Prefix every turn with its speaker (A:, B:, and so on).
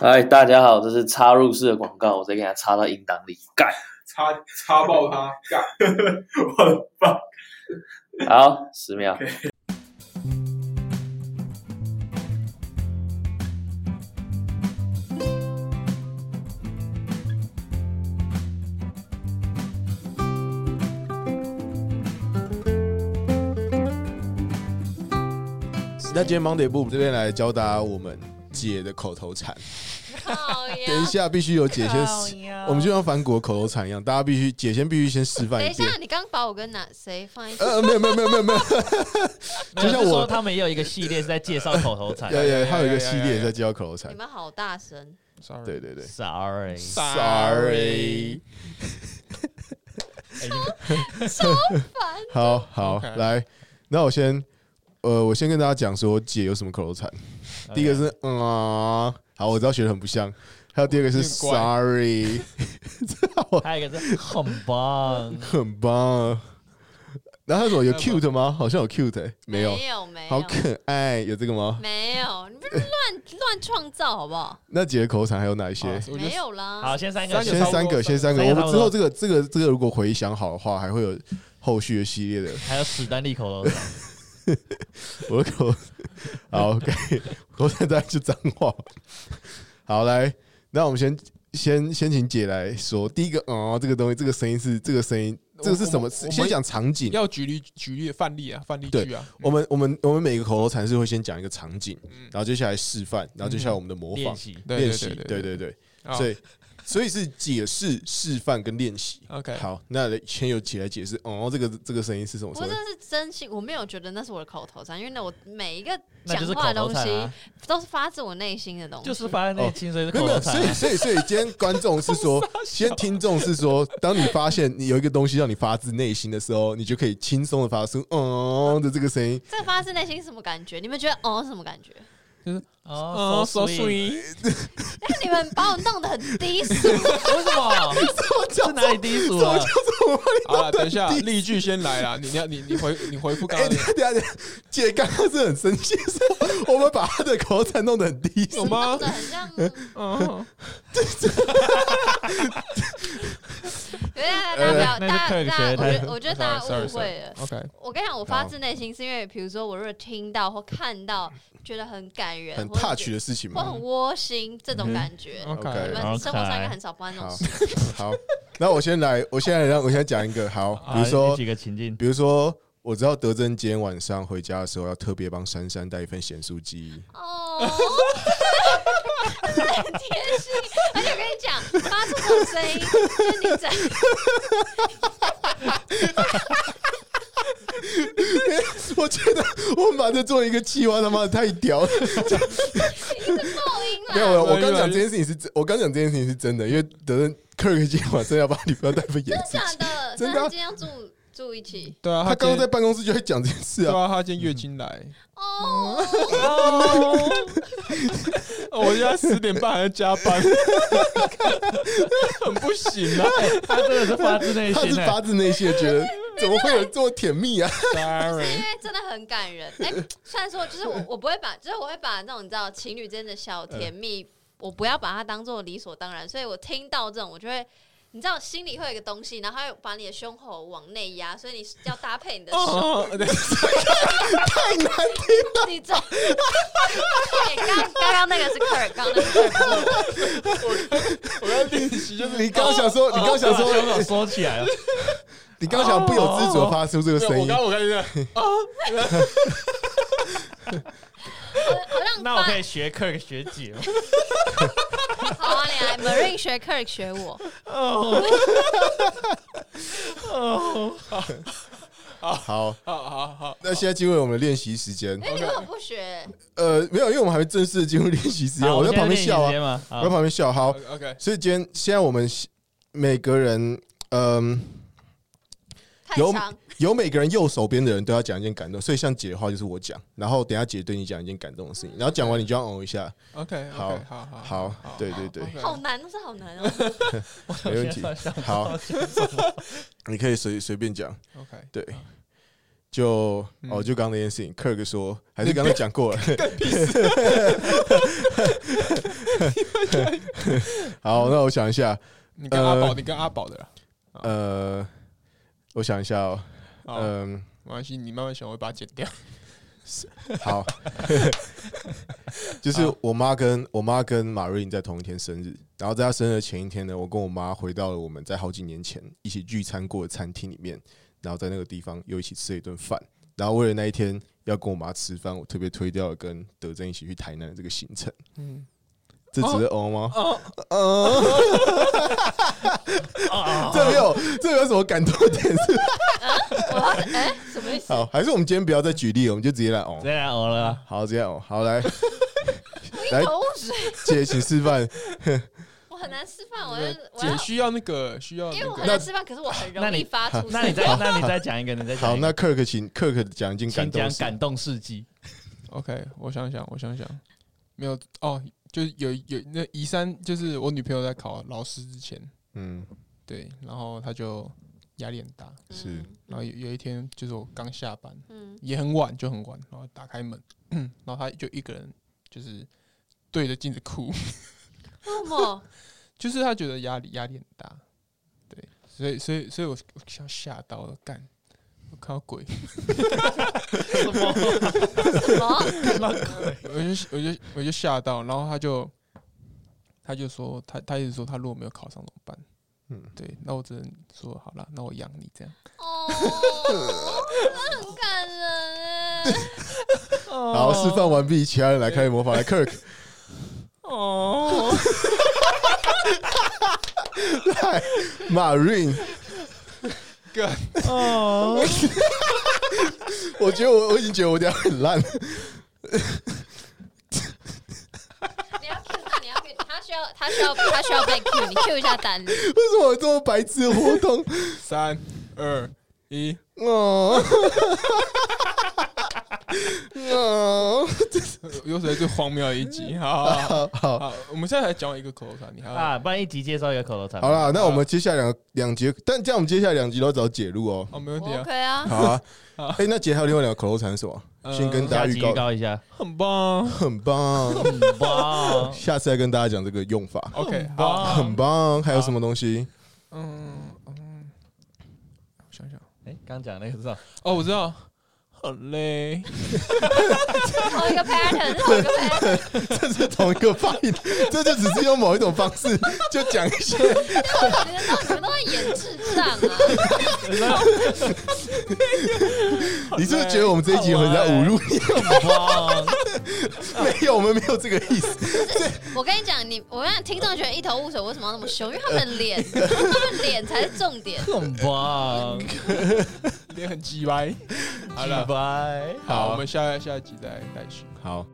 A: 嗨，哎大家好，这是插入式的广告，我直接给它插到音档里。干，
B: 插插爆他，干！
C: 我的爸！
A: 好，十秒。
C: 那今天 Monday Boom 这边来教大家我们姐的口头禅，
D: 靠呀！
C: 等一下必须有姐先示，我们就像反骨的口头禅一样，大家必须姐先必须先示范
D: 等一
C: 遍。
D: 下，你刚把我跟哪谁放一起？
C: 呃，没有没有没有没有没 有，
E: 没有
C: 就像
E: 是
C: 我
E: 说他们也有一个系列是在介绍口头
B: 哎
E: 禅。
C: 有有，还有一个系列在教口头
D: 你
C: 禅。
D: 们好大 声！
B: Sorry
C: 对对对
E: Sorry，
C: ，Sorry，
E: 哎你
C: 好好
B: OK
C: 来，那我先呃，我先跟大家讲说姐有什么口头禅。第一个是嗯啊，好，我知道学的很不像。还有第二个是
B: 有点怪
C: Sorry，
E: 还有一个是很棒，
C: 很棒啊。然后他说有
B: 还有
C: cute 吗？好像有 cute，、欸、没有，
D: 没有，没
C: 好
D: 有，
C: 可爱，有这个吗？
D: 没有，你不是乱 乱创造好不好？
C: 那几个口头禅还有哪一些？
B: 我觉得
D: 没有啦
E: 好，，先三个，
B: 三
C: 啊先
B: 差
C: 三
B: 不多
C: 个，先三个。
E: 三
C: 我
E: 个
C: 们
E: 差不
C: 之
E: 多
C: 后这个这个这个，如果回想好的话，还会有后续的系列的。
E: 还有史丹利口头禅，
C: 我的口好 OK，口头禅大概就脏话。好，来，那我们先先先请姐来说第一个哦，这个东西，这个声音是这个声音，这个是什么？
B: 我我
C: 先讲场景。
B: 要举例举例范例啊，范例
C: 对
B: 句啊，
C: 我们我们我们每个口头禅是会先讲一个场景，
B: 嗯
C: 然后接下来示范，然后接下来我们的模
E: 练
C: 仿。
E: 习
B: 对
C: 练
B: 对
C: 习，对
B: 对
C: 对对，
B: 好
C: 所以所以是解释、示范跟练习。
B: OK，
C: 好，那先由姐来解释。哦，这个这个声音是什么
D: 不
C: 声
D: 过
C: 音
D: 这？是真心，我没有觉得那是我的口头禅，因为呢，我每一个
E: 那就
D: 讲
E: 是
D: 话
E: 口
D: 的
E: 头
D: 东
E: 禅啊
D: 西，都是发自我内心的东西。
E: 就是发现那清水是
C: 没有
E: 口
C: 哦没
E: 头
C: 有，所
E: 禅
C: 以
E: 啊。
C: 所以所以今天观众是说，今天听众是说，当你发现你有一个东西让你发自内心的时候，你就可以轻松的发出“嗯”的这个声音。
D: 这个发自内心是什么感觉？你们觉得哦是什么感觉？
E: 哦，so
C: Oh,
E: sweet，
D: 但你们把我弄得很低俗，
E: 为 什么？是哪里低俗啊了？
B: 好了，等一 下，例句先来啦，你你要你你回你回复刚
C: 哎，
B: 刚
C: 等
B: 那
C: 一
B: 个
C: 下等一下等一下，姐刚刚是很生气，说我们把她的口头禅弄得很低俗
B: 有吗
D: 弄？得很 像。
B: 嗯，
D: 对啊，大家不要，
E: 那是
D: 大
E: 客人
D: 家
E: 学的
D: 大家，我觉得我觉得大
B: Sorry, sorry,
D: 家误会了。
B: OK，
D: 我跟你讲，我发自内心是因为，比如说我如果听到或看到，觉得很感人，
C: 很
D: 或者
C: touch 的事情
D: 或
C: 嘛。
D: 很窝心这种感觉。
B: 嗯 OK
C: OK
D: 你们生活上应该很少发生这种
C: 好
D: 事。
C: 好，那我先来，我现在让我先讲一个好，比
E: 好
C: 如说
E: 那几个情境，
C: 比如说，我知道德珍今天晚上回家的时候要特别帮珊珊带一份咸酥鸡。
D: 哦， 很贴心。而且我跟你讲，发出这种声音，就是你在
C: 我觉得我们把这做一个计划，他妈的太屌了！
D: 噪音
C: 没有，
D: 啦。
C: 没有我刚讲这件事情是真，我刚讲这件事情是真的，因为德珍克尔今天晚上要帮女朋友带份咸 酥鸡。真
D: 真的假的？
C: 的啊
D: 那他今天要住住一起
B: 对啊，
C: 他刚刚
B: 今
C: 在
B: 天
C: 办公室就在讲这件事
B: 对
C: 啊，
B: 啊，他今天月经来，
D: 哦。
C: 嗯
E: 哦
B: 哦我现在十点半还在加 班，很不行啊
E: 他真的是发自内
C: 他是
E: 心欸
C: 发
E: 的。
C: 自内心的觉 得，怎么会有这么甜蜜啊？
D: 因
B: ，Sorry，
D: 为真的很感人。哎、虽然说 就是我我不会把，就是我会把那种你知道情侣之间的小甜蜜，我不要把它当做理所当然，所以我听到这种我就会。你知道心里会有一个东西，然后它会把你的胸口往内压，所以你要搭配 你的手，
B: 哦，对
C: 太难听，
D: 你知道？哎刚刚刚那个是科尔，刚刚那个是科尔，
B: 我要练习就是哦
C: 你刚刚想说，你刚刚想
E: 把胸口
C: 说，
E: 缩起来了，
C: 你刚刚想不由自主地发出这个
B: 对
C: 声
B: 我
C: 音
B: 刚，刚我刚才
D: 好像
E: 那我可以学 Kirk 学姐吗？
D: 好啊，你来 Marine 学科尔学我，
C: 好。
B: 好好好，
C: 那现在进入我们的练习时间，
D: 哎、你为什么不学？
C: 呃，没有，因为我们还没正式地进入练习时间，
E: 好
C: 我在旁边笑啊，
E: 啊
C: 我在旁边笑。好
B: 好，，OK，
C: 所以今天现在我们每个人，嗯、
D: 太
C: 有
D: 长，
C: 有每个人右手边的人都要讲一件感动，所以像姐的话就是我讲，然后等一下姐对你讲一件感动的事情，然后讲完你就要哦一下，
B: OK，
C: 好
B: 好好
C: 好，对对对，
B: OK
D: 好难，是好难哦。
C: 没问题
E: 我现在想，
C: 好，你可以随随便讲，
B: OK，
C: 对。就
B: 嗯
C: 哦，就刚刚那件事情，Kirk 说还是刚刚讲过了， 好，那我想一下，
B: 你跟阿宝，
C: 呃
B: 你跟阿宝的啦，
C: 呃，我想一下哦，
B: 好，没
C: 嗯，
B: 关系，你慢慢想，我会把它剪掉。
C: 好， 就是我妈跟我妈跟马瑞英在同一天生日，然后在她生日的前一天呢，我跟我妈回到了我们在好几年前一起聚餐过的餐厅里面，然后在那个地方又一起吃了一顿饭。然后为了那一天要跟我妈吃饭，我特别推掉了跟德珍一起去台南的这个行程。
B: 嗯，
C: 这只是哦吗？
B: 哦，
E: 哦
C: 这没有，这没有什么感动点是吧？
D: 我要 是哎，什么意思？
C: 好，还是我们今天不要再举例了，我们就直接来哦。
E: 这样哦 了，
C: 好，这样哦，好来，来
D: 口水，
C: 姐，请示范。
D: 我很难示范，我要
B: 对
D: 我
B: 姐
D: 要，
B: 需要那个需要
D: 啊因为我
B: 哦那
D: 很
B: 个，
D: 难示范，可是我很
E: 那
D: 容易
E: 你
D: 发出声音。
E: 那你再那你再讲一个，你再
C: 好，
E: 讲一
C: 那
E: 个，
C: Kirk 请 Kirk 哎讲一件感
E: 请
C: 动
E: 讲
C: 事。
E: 感动事迹。
B: OK，我想想，我想想，没有哦，就是有有那宜山，就是我女朋友在考老师之前，
C: 嗯，
B: 对，然后她就压力很大，
C: 是
B: 然后有有一天就是我刚下班，
D: 嗯，
B: 也很晚，就很晚，然后打开门， 然后她就一个人就是对着镜子哭，
D: 为什么？
B: 就是她觉得压力压力很大，对，所以所以所以我我想吓到了，干，我看到鬼，
E: 什么？
D: 什么？
B: 我就我就我就吓到，然后他就他就说他他一直说他如果没有考上怎么办？
C: 嗯
B: 嗯，对，那我只能说好了，那我养你这样。
D: 哦，那很感人哎。
C: 好，示范完毕，其他人来开始模仿。来，Kirk，
B: 哦，
C: 来，Marine，
B: 干
E: 哦，
C: 我觉得我我已经觉得我这样很烂。
D: 你要 Q 他，你要 Q 他，需要他需要他需要被 Q，你 Q 一下 丹 尼。
C: 为什么有这么白痴的活动？
B: 三二一，
C: 哦，哦，
B: 又是最荒谬的一 集。好好好
C: 好好。
B: 好，我们现在才讲一个口头禅，你还要
E: 啊，不然一集介绍一个口头禅。
C: 好，啦，那我们接下来两两节，但这样我们接下来两集都要找解路哦。
B: 哦，没问题啊，
D: OK 啊，
C: 好 啊，
B: 好
C: 哎，那姐还有另外两个口头禅是什么？
B: 呃
C: 先跟大
E: 下
C: 家
E: 集
C: 预
E: 预
C: 告，
E: 告 一下。
B: 很棒
C: 很棒，
E: 哇
C: 下次再跟大家讲这个用法，
B: ，OK，好，
E: 哇，
C: 很棒。还有什么东西？
B: 嗯嗯，我想想，
E: 哎，刚讲那个是 什么？
B: 哦，我知道，很累，
D: 同一个 pattern，同一个 pattern，
C: 这是同一个发音，这就只是用某一种方式就讲一些。
D: 你们都你们都在演智障啊！
C: 你是不是觉得我们这一集很在侮辱你？
E: 哇，
C: 没有，我们没有这个意思。
D: 我跟你讲，你我让听众觉得一头雾水，为什么要那么凶？因为他们的脸， 他们脸才是重点。
E: 很 棒，
B: 脸很鸡歪。好了，
E: 拜。
B: 好，我们下下一集再再续。
C: 好。